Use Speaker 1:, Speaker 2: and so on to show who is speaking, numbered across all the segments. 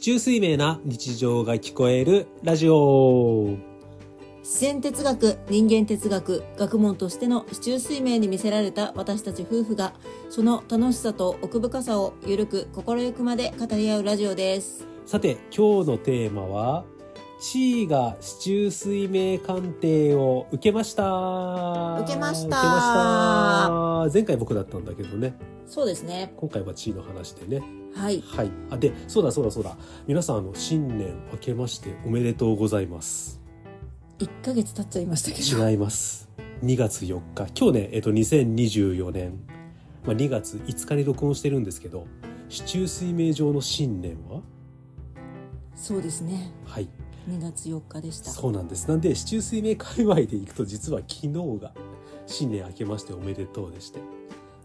Speaker 1: 中水明な日常が聞こえるラジオ
Speaker 2: 自然哲学、人間哲学、学問としての市中水明に魅せられた私たち夫婦が、その楽しさと奥深さをゆるく心ゆくまで語り合うラジオです。
Speaker 1: さて今日のテーマは地位が市中水明鑑定を受けました
Speaker 2: 受けました
Speaker 1: 受けました前回僕だったんだけどね
Speaker 2: そうですね。
Speaker 1: 今回は地位の話でね
Speaker 2: はい。
Speaker 1: はいあでそうだそうだそうだ皆さんあの新年明けましておめでとうございます
Speaker 2: 1ヶ月経っちゃいましたけど。
Speaker 1: 違います2月4日今日ねえっと2024年、まあ、2月5日に録音してるんですけど市中水明上の新年は
Speaker 2: そうですね。
Speaker 1: はい
Speaker 2: 2月4日でした。
Speaker 1: そうなんですなんで市中水明界隈で行くと実は昨日が新年明けましておめでとうでしては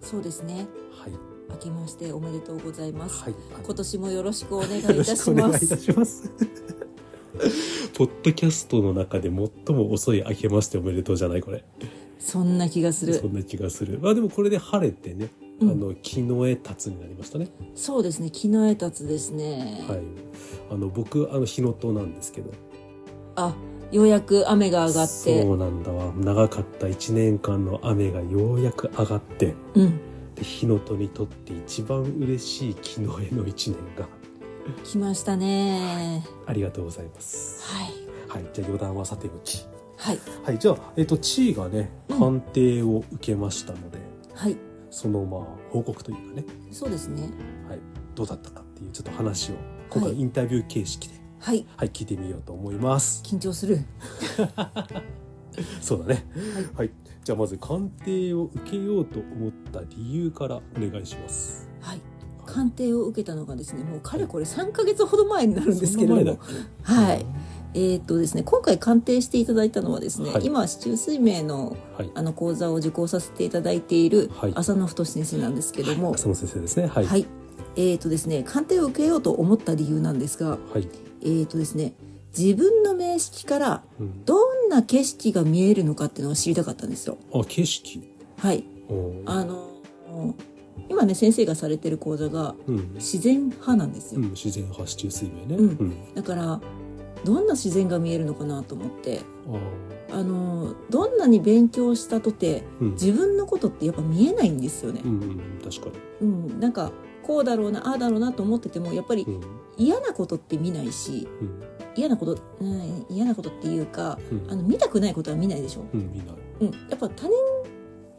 Speaker 2: そうですね。
Speaker 1: い
Speaker 2: 明けましておめでとうございます。
Speaker 1: はい
Speaker 2: 今年もよろしくお願いい
Speaker 1: よろ
Speaker 2: た
Speaker 1: しく
Speaker 2: し
Speaker 1: お願
Speaker 2: ま
Speaker 1: いいた
Speaker 2: す。
Speaker 1: しますポッドキャストの中で最も遅い明けましておめでとうじゃないこれ
Speaker 2: そんな気がする
Speaker 1: そ。んな気がするまあでもこれで晴れてね、
Speaker 2: うん
Speaker 1: あの木の絵立つになりましたね
Speaker 2: そうですね。昨日たつですね。
Speaker 1: はい、あの僕あの日野党なんですけど
Speaker 2: あ、ようやく雨が上がって。
Speaker 1: そうなんだわ長かった1年間の雨がようやく上がって
Speaker 2: うん。
Speaker 1: で日野党にとって一番嬉しい昨日への1年が
Speaker 2: 来ましたね。
Speaker 1: ありがとうございます
Speaker 2: はい。
Speaker 1: はいじゃあ余談はさておき
Speaker 2: はい。
Speaker 1: はいじゃあ、えっと地位がね
Speaker 2: うん
Speaker 1: 鑑定を受けましたので、
Speaker 2: はい。
Speaker 1: そのまあ報告というかね、
Speaker 2: そうですね。
Speaker 1: はい、どうだったかっていうちょっと話を今回
Speaker 2: はい
Speaker 1: インタビュー形式で、はい
Speaker 2: はい。
Speaker 1: 聞いてみようと思います
Speaker 2: 緊張する。
Speaker 1: そうだね。
Speaker 2: は
Speaker 1: はいい、じゃあまず鑑定を受けようと思った理由からお願いします。
Speaker 2: はい。鑑定を受けたのがですね、もうかれこれ3ヶ月ほど前になるんですけれど
Speaker 1: そんな。
Speaker 2: も
Speaker 1: 前だっけ
Speaker 2: はい。。えーっとですね、今回鑑定していただいたのはですね、
Speaker 1: はい
Speaker 2: 今、市中水明の
Speaker 1: はい。
Speaker 2: あの講座を受講させていただいている
Speaker 1: はい
Speaker 2: 浅野太先生なんですけども、
Speaker 1: 浅野先生ですね。は。
Speaker 2: はいい。えーっとですね、鑑定を受けようと思った理由なんですが、
Speaker 1: はい。
Speaker 2: えーっとですね、自分の名識から
Speaker 1: うん、
Speaker 2: どんな景色が見えるのかっていうのを知りたかったんですよ。
Speaker 1: あ、景色。
Speaker 2: はい。
Speaker 1: おー
Speaker 2: あの今ね先生がされてる講座が
Speaker 1: うん。
Speaker 2: 自然派なんです
Speaker 1: う
Speaker 2: よ、
Speaker 1: ん、自然発中水明ね。
Speaker 2: うん
Speaker 1: うん。
Speaker 2: だからどんな自然が見えるのかなと思って
Speaker 1: あ
Speaker 2: あのどんなに勉強したとて
Speaker 1: ーうん。
Speaker 2: 自分のことってやっぱ見えないんですよね
Speaker 1: う、ん、うん、確か
Speaker 2: うんなんかこうだろうなああだろうなと思っててもやっぱり
Speaker 1: に。うん。
Speaker 2: 嫌なことって見ないし
Speaker 1: うん。
Speaker 2: 嫌なこと、うん、嫌なことっていうか
Speaker 1: うん。
Speaker 2: あの見たくないことは見ないでしょ、
Speaker 1: うん、みんな。
Speaker 2: うん、やっぱ他人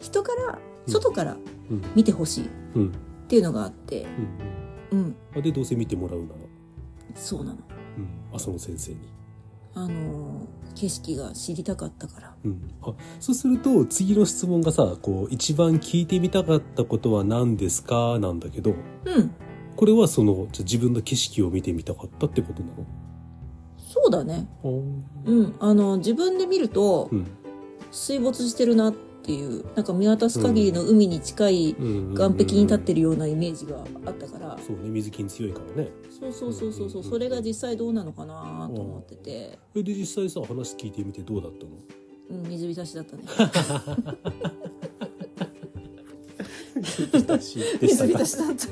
Speaker 2: 人から
Speaker 1: うん
Speaker 2: 外から
Speaker 1: うん。
Speaker 2: 見てほしいっ
Speaker 1: うん。うん。
Speaker 2: ていうのがあって、
Speaker 1: うん。
Speaker 2: うん、
Speaker 1: あ、で、どうせ見てもらうなら。
Speaker 2: そうなの。
Speaker 1: うん。浅野先生に。
Speaker 2: あのー景色が知りたかったから
Speaker 1: うん、あそうすると次の質問がさこう一番聞いてみたかったことは何ですかなんだけど
Speaker 2: うん
Speaker 1: これはそのじゃあ自分の景色を見てみたかったってことなの
Speaker 2: そうだね
Speaker 1: う
Speaker 2: うんあの自分で見ると
Speaker 1: ん
Speaker 2: 水没してるなっていうなんか見渡す限りの海に近い
Speaker 1: うん
Speaker 2: 岸壁に立って
Speaker 1: る
Speaker 2: るようなイメージがあったから
Speaker 1: そうね水気に強いからね
Speaker 2: そうそうそうそうそう
Speaker 1: うんうんうん
Speaker 2: それが実際どうなのかなと思ってて、
Speaker 1: えで実際さ話聞いてみてどうだったの
Speaker 2: うん、水浸し だったね水浸しだった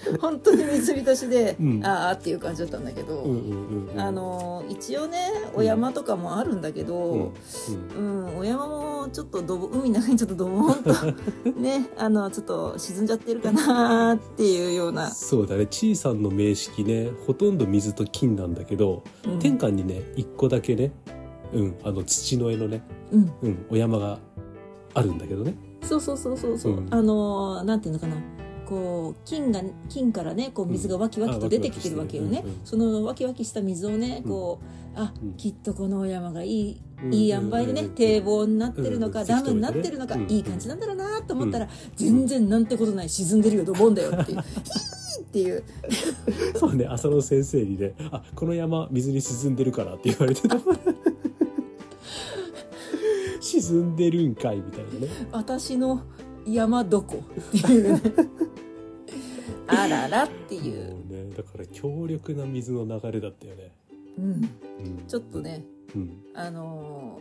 Speaker 2: 本当に水浸しで、
Speaker 1: うん
Speaker 2: ああっていう感じだったんだけど、
Speaker 1: うんうんうんうん
Speaker 2: あのー一応ねお山とかもあるんだけど、
Speaker 1: うんうん
Speaker 2: うん、お山もちょっとどぼ海の中にちょっとドボ ンとねあのちょっと沈んじゃってるかなっていうような、
Speaker 1: そうだねちいさんの名式ねほとんど水と金なんだけど
Speaker 2: うん
Speaker 1: 天下にね一個だけねうんあの土の絵のね
Speaker 2: うん、
Speaker 1: うん、お山があるんだけどね。
Speaker 2: そうそうそうそうそう、
Speaker 1: うん
Speaker 2: あのーなんていうのかなこう金が金からねこう水がわきわき
Speaker 1: う
Speaker 2: と
Speaker 1: ん
Speaker 2: 出てきてるわけよ
Speaker 1: あわきわ
Speaker 2: ね
Speaker 1: きしてるうんうん
Speaker 2: そのわきわきした水をねこうあ
Speaker 1: うん
Speaker 2: きっとこのお山がいい
Speaker 1: うん
Speaker 2: いい塩梅でね堤防になってるの
Speaker 1: う
Speaker 2: か
Speaker 1: ん
Speaker 2: ダムになってるのか
Speaker 1: うん
Speaker 2: いい感じなんだろうなと思ったら全然なんてことない沈んでるよドボンだよっていう ヒーっていう
Speaker 1: そうね、浅野先生にね、あ、この山水に沈んでるからって言われ てた。沈んでるんかいみたいなね。
Speaker 2: 私の山どこっていうねあららっていう、
Speaker 1: もうね、だから強力な水の流れだったよね。
Speaker 2: うん、
Speaker 1: うん、
Speaker 2: ちょっとね
Speaker 1: うん、
Speaker 2: あの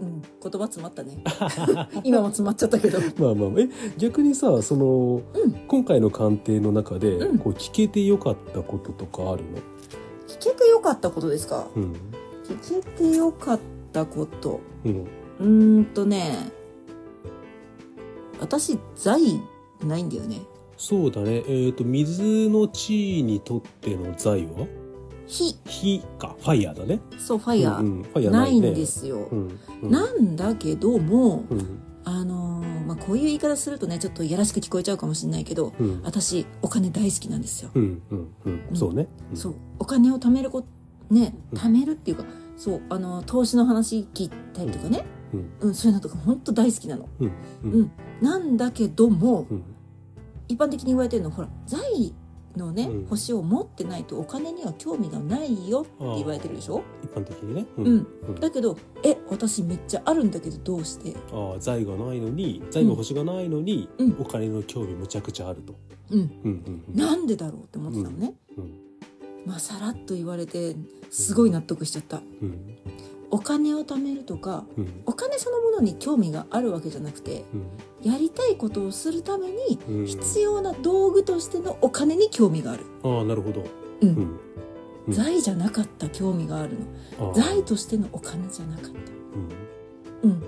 Speaker 2: ーうん、言葉詰まったね 今も詰まっちゃったけど
Speaker 1: まあまあえ逆にさその、
Speaker 2: うん
Speaker 1: 今回の鑑定の中で、
Speaker 2: うん
Speaker 1: こう聞けてよかったこととかあるの、
Speaker 2: 聞けてよかったことですか
Speaker 1: うん
Speaker 2: 聞けてよかったこと
Speaker 1: うん、
Speaker 2: うーんとね私財ないんだよね
Speaker 1: そうだねえっ、と水の地位にとっての財は
Speaker 2: 火
Speaker 1: 火かファイヤーだね
Speaker 2: そうファイヤ
Speaker 1: うん
Speaker 2: ー
Speaker 1: うんファイヤー
Speaker 2: な
Speaker 1: ない
Speaker 2: い
Speaker 1: ね
Speaker 2: んですよ、
Speaker 1: うんうん、
Speaker 2: なんだけども
Speaker 1: うん
Speaker 2: あのーまあ、こういう言い方するとねちょっといやらしく聞こえちゃうかもしれないけど
Speaker 1: うん
Speaker 2: 私お金大好きなんですよ、
Speaker 1: うんうんうんそうね、うん、
Speaker 2: そうお金を貯めるこね
Speaker 1: うん
Speaker 2: 貯めるっていうかそうあの投資の話聞いたりとかね、
Speaker 1: うん
Speaker 2: うん、そういうのとか本当大好きなの
Speaker 1: うんう
Speaker 2: うんんなんだけども
Speaker 1: うん
Speaker 2: 一般的に言われてるのほら財のね、
Speaker 1: うん
Speaker 2: 星を持ってないとお金には興味がないよって言われてるでしょ
Speaker 1: 一般的にねう
Speaker 2: うん
Speaker 1: うん
Speaker 2: だけどえ私めっちゃあるんだけどどうして
Speaker 1: ああ財がないのに財の星がないのに、
Speaker 2: うん
Speaker 1: お金の興味むちゃくちゃあると、
Speaker 2: うん
Speaker 1: うんうん
Speaker 2: なんでだろうって思ってたのね、
Speaker 1: うん
Speaker 2: まあさらっと言われてすごい納得しちゃった
Speaker 1: うん
Speaker 2: お金を貯めるとか
Speaker 1: うん
Speaker 2: お金そのものに興味があるわけじゃなくて
Speaker 1: うん
Speaker 2: やりたいことをするために
Speaker 1: うん
Speaker 2: 必要な道具としてのお金に興味がある、
Speaker 1: ああなるほど、
Speaker 2: うん
Speaker 1: うんうん
Speaker 2: 財じゃなかった興味があるの
Speaker 1: ああ
Speaker 2: 財としてのお金じゃなかった
Speaker 1: うん
Speaker 2: うん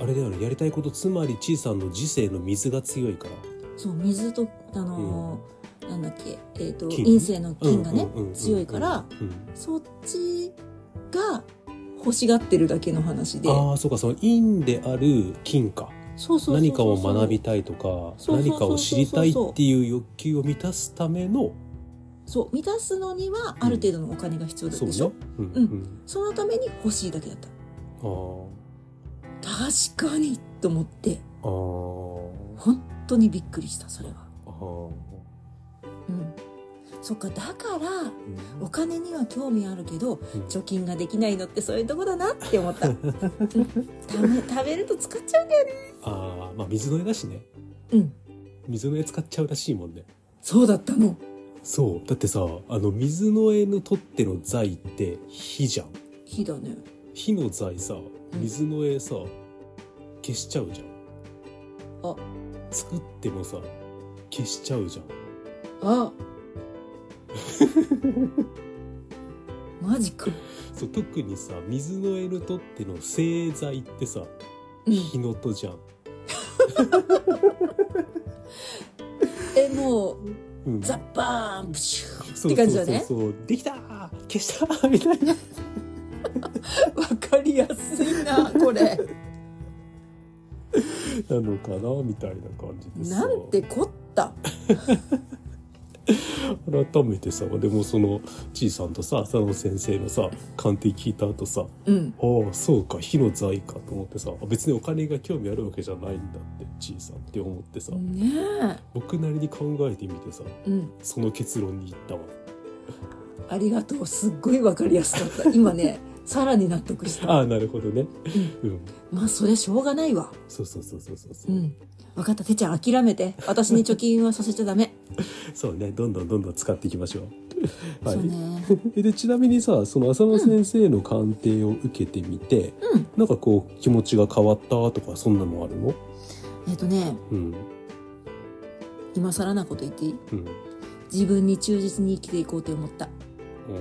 Speaker 1: あれだよねやりたいことつまりちいさんの時世の水が強いから
Speaker 2: そう水とあのーなんだっけ、えー、と
Speaker 1: 金
Speaker 2: 陰性の金がね
Speaker 1: うんうんうんうん
Speaker 2: 強いから
Speaker 1: うん
Speaker 2: そっちが欲しがってるだけの話で
Speaker 1: ああそうかその陰である金か
Speaker 2: そうそうそうそう
Speaker 1: 何かを学びたいとか
Speaker 2: そうそうそうそう
Speaker 1: 何かを知りたいっていう欲求を満たすための
Speaker 2: そう満たすのにはある程度のお金が必要だ
Speaker 1: そうね
Speaker 2: でしょ、
Speaker 1: うん
Speaker 2: うんそのために欲しいだけだった
Speaker 1: うん
Speaker 2: 確かにと思って
Speaker 1: あー
Speaker 2: 本当にびっくりしたそれは
Speaker 1: あー
Speaker 2: うんそっかだから
Speaker 1: うん
Speaker 2: お金には興味あるけど
Speaker 1: うん
Speaker 2: 貯金ができないのってそういうとこだなって思った、うん、 食べ食べると使っちゃうんだよね
Speaker 1: あーまあ水の絵だしね
Speaker 2: うん
Speaker 1: 水の絵使っちゃうらしいもんね
Speaker 2: そうだったの
Speaker 1: そうだってさあの水の絵のとっての財って火じゃん
Speaker 2: 火だね
Speaker 1: 火の財さ水の絵さ消しちゃうじゃん
Speaker 2: あ
Speaker 1: 作ってもさ消しちゃうじゃん
Speaker 2: あ マジか
Speaker 1: そう特にさ水の絵にとっての製材ってさ
Speaker 2: うん
Speaker 1: 火のとじゃん、
Speaker 2: えもう
Speaker 1: うん
Speaker 2: ザッバーンプシュー
Speaker 1: そ
Speaker 2: っ
Speaker 1: う
Speaker 2: て感じだね
Speaker 1: そうそうそうできたー消したーみたいな
Speaker 2: わかりやすい なこれ
Speaker 1: なのかなみたいな感じでさ
Speaker 2: なんてこった
Speaker 1: 改めてさでもそのちいさんとさ佐野先生のさ鑑定聞いた後さ
Speaker 2: うん
Speaker 1: ああそうか火の財かと思ってさ別にお金が興味あるわけじゃないんだってちいさんって思ってさ、
Speaker 2: ね
Speaker 1: 僕なりに考えてみてさ
Speaker 2: えうん
Speaker 1: その結論に行ったわ
Speaker 2: ありがとうすっごいわかりやすかった今ねさらに納得した
Speaker 1: ああなるほどねうん
Speaker 2: まあそれしょうがないわ
Speaker 1: そうそうそうそうそうそううん
Speaker 2: わかったてっちゃん諦めて私に貯金はさせちゃダメ
Speaker 1: そうね、どんどんどんどん使っていきましょう。はい
Speaker 2: そう。ね
Speaker 1: でちなみにさ、その浅野先生の鑑定を受けてみて、
Speaker 2: うん
Speaker 1: なんかこう気持ちが変わったとかそんなのあるの？
Speaker 2: えっとね
Speaker 1: うん
Speaker 2: 今更なこと言っていい
Speaker 1: うん。
Speaker 2: 自分に忠実に生きていこうって思った
Speaker 1: お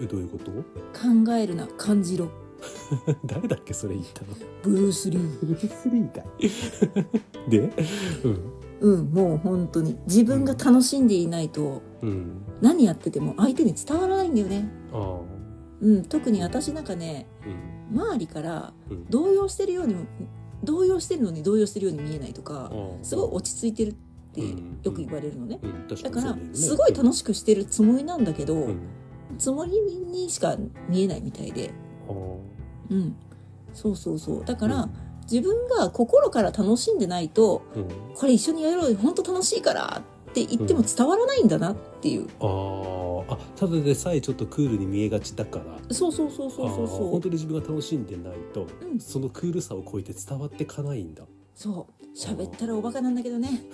Speaker 1: ーえどういうこと
Speaker 2: 考えるな感じろ
Speaker 1: 誰だっけそれ言ったの
Speaker 2: ブルース・リー
Speaker 1: フルスリーかい でうん
Speaker 2: うんもう本当に自分が楽しんでいないと
Speaker 1: うん
Speaker 2: 何やってても相手に伝わらないんだよね
Speaker 1: ああ
Speaker 2: うん特に私なんかね
Speaker 1: うん
Speaker 2: 周りから
Speaker 1: うん
Speaker 2: 動揺してるようにも動揺してるのに動揺してるように見えないとか
Speaker 1: あ
Speaker 2: すごい落ち着いてるって
Speaker 1: うん
Speaker 2: よく言われるのね
Speaker 1: うん確
Speaker 2: だ
Speaker 1: か
Speaker 2: か
Speaker 1: にそう
Speaker 2: ら
Speaker 1: だよね
Speaker 2: すごい楽しくしてるつもりなんだけど、
Speaker 1: うん
Speaker 2: つもりにしか見えないみたいで
Speaker 1: あ
Speaker 2: うんそうそうそうだから、
Speaker 1: うん
Speaker 2: 自分が心から楽しんでないと
Speaker 1: ーうん
Speaker 2: これ一緒にやろうよ本当楽しいからって言っても伝わらないんだなっていう、
Speaker 1: あーあただでさえちょっとクールに見えがちだから
Speaker 2: そうそうそうそうそう
Speaker 1: あー本当
Speaker 2: そ
Speaker 1: に自分が楽しんでないと
Speaker 2: ううん
Speaker 1: そのクールさを超えて伝わってかないんだ
Speaker 2: そう喋ったらおバカなんだけどね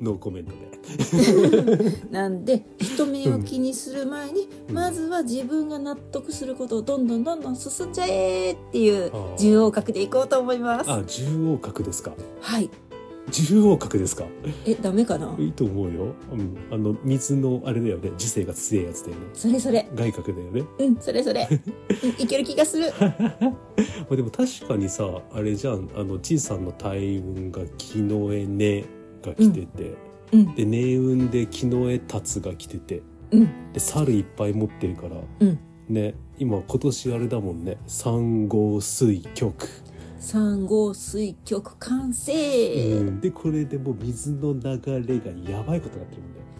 Speaker 1: ノーコメント で。
Speaker 2: なんで人目を気にする前に、
Speaker 1: うん
Speaker 2: まずは自分が納得することをどんどんどんどん進んじゃえっていう
Speaker 1: あー
Speaker 2: 縦横角でいこうと思います
Speaker 1: あ、中央角ですか。
Speaker 2: はい
Speaker 1: 中央角ですか。
Speaker 2: えダメかない
Speaker 1: いと思うよ。うん、あの水のあれだよね。磁性が強いやつだよね。
Speaker 2: それそれ
Speaker 1: 外角だよね。
Speaker 2: うんそれ それ、うん、いける気がする
Speaker 1: まあでも確かにさ、あれじゃん。あのじいさんの大運が木の絵ねが来てて、
Speaker 2: うん
Speaker 1: で命運で木の絵達が来てて、
Speaker 2: うん
Speaker 1: で猿いっぱい持ってるから、
Speaker 2: うん
Speaker 1: ね。今今年あれだもんね。三号水極。
Speaker 2: 三号水曲完成、
Speaker 1: うん、でこれでもう水の流れがやばいことになってるもんね。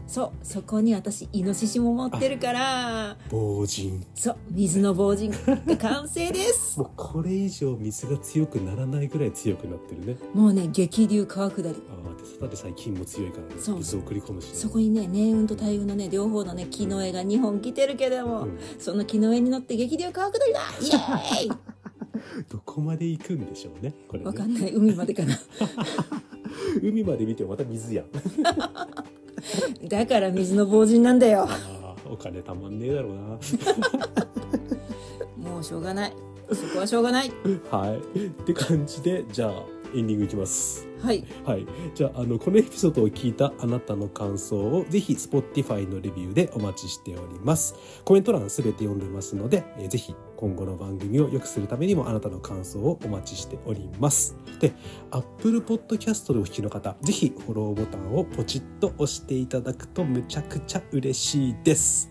Speaker 2: そうそこに私イノシシも持ってるから
Speaker 1: 防塵。
Speaker 2: そう水の防塵が完成です
Speaker 1: もうこれ以上水が強くならないぐらい強くなってるね。
Speaker 2: もうね激流川下り
Speaker 1: ああ、で、ただでさえ金も強いからね。
Speaker 2: そう
Speaker 1: 水を送り込むしね。
Speaker 2: そこにね年運と大運のね両方のね木の絵が2本来てるけども、
Speaker 1: うん
Speaker 2: その木の絵に乗って激流川下 りだイエー
Speaker 1: どこまで行くんでしょうね。これ
Speaker 2: イわか
Speaker 1: ね。
Speaker 2: んない海までかな
Speaker 1: 海まで見てもまた水やん。
Speaker 2: だから水の防塵なんだよ
Speaker 1: ああ、お金たまんねえだろうな。
Speaker 2: もうしょうがないそこはしょうがない
Speaker 1: はい。って感じで、じゃあ、エンディングいきます。
Speaker 2: はい
Speaker 1: はい。じゃあ、あの、このエピソードを聞いたあなたの感想を、ぜひ、Spotify のレビューでお待ちしております。コメント欄すべて読んでますので、えーぜひ、今後の番組を良くするためにも、あなたの感想をお待ちしております。で、Apple Podcast でお聞きの方、ぜひ、フォローボタンをポチッと押していただくと、むちゃくちゃ嬉しいです。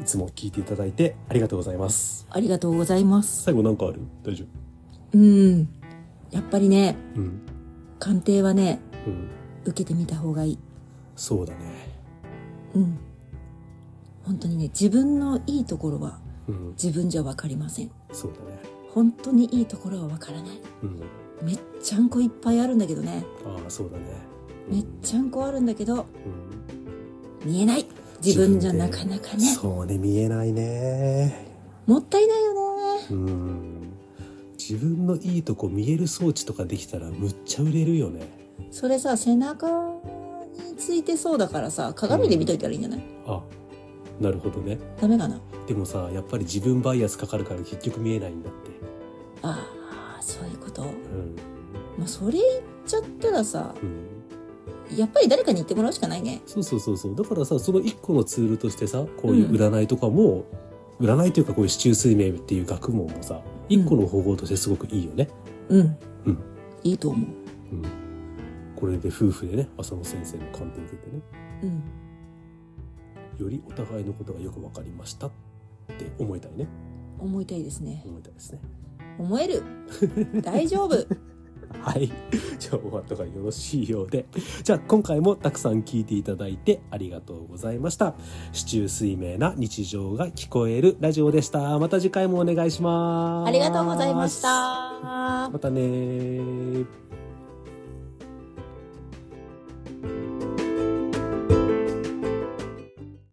Speaker 1: いつも聞いていただいてありがとうございます。
Speaker 2: ありがとうございます
Speaker 1: 最後なんかある大丈
Speaker 2: うんやっぱりね
Speaker 1: 夫うん。
Speaker 2: 鑑定はね
Speaker 1: うん。
Speaker 2: 受けてみた方がいい
Speaker 1: そうだね。
Speaker 2: うん本当にね自分のいいところは
Speaker 1: うん。
Speaker 2: 自分じゃ分かりません
Speaker 1: そうだね。
Speaker 2: 本当にいいところは分からない
Speaker 1: うん。
Speaker 2: めっちゃんこいっぱいあるんだけどね
Speaker 1: ああそうだね
Speaker 2: めっち
Speaker 1: ゃ、
Speaker 2: ゃんこあるんだけど
Speaker 1: うん
Speaker 2: 見えない自分じゃなかなかね
Speaker 1: そうね見えないね
Speaker 2: もったいないよね
Speaker 1: うん自分のいいとこ見える装置とかできたらむっちゃ売れるよね
Speaker 2: それさ背中についてそうだからさ鏡で見といたらいいんじゃない、
Speaker 1: あなるほどね
Speaker 2: ダメかな
Speaker 1: でもさやっぱり自分バイアスかかるから結局見えないんだって
Speaker 2: ああそういうこと
Speaker 1: うん
Speaker 2: まあそれ言っちゃったらさ
Speaker 1: うん
Speaker 2: やっぱり誰かに言ってもらうしかないね
Speaker 1: そうそうそうそうだからさその一個のツールとしてさこういう占いとかも、占いというかこういう市中水明っていう学問もさ一個の方法としてすごくいいよね、
Speaker 2: うん、
Speaker 1: うん
Speaker 2: いいと思う
Speaker 1: うん、これで夫婦でね浅野先生の鑑定受けてね
Speaker 2: うん
Speaker 1: よりお互いのことがよく分かりましたって思いたいね
Speaker 2: 思いたいですね
Speaker 1: 思いたいですね
Speaker 2: 思える大丈 夫
Speaker 1: はい じゃあ終わったがよろしいようでじゃあ今回もたくさん聞いていただいてありがとうございました市中水明な日常が聞こえるラジオでしたまた次回もお願いします
Speaker 2: ありがとうございました
Speaker 1: またねー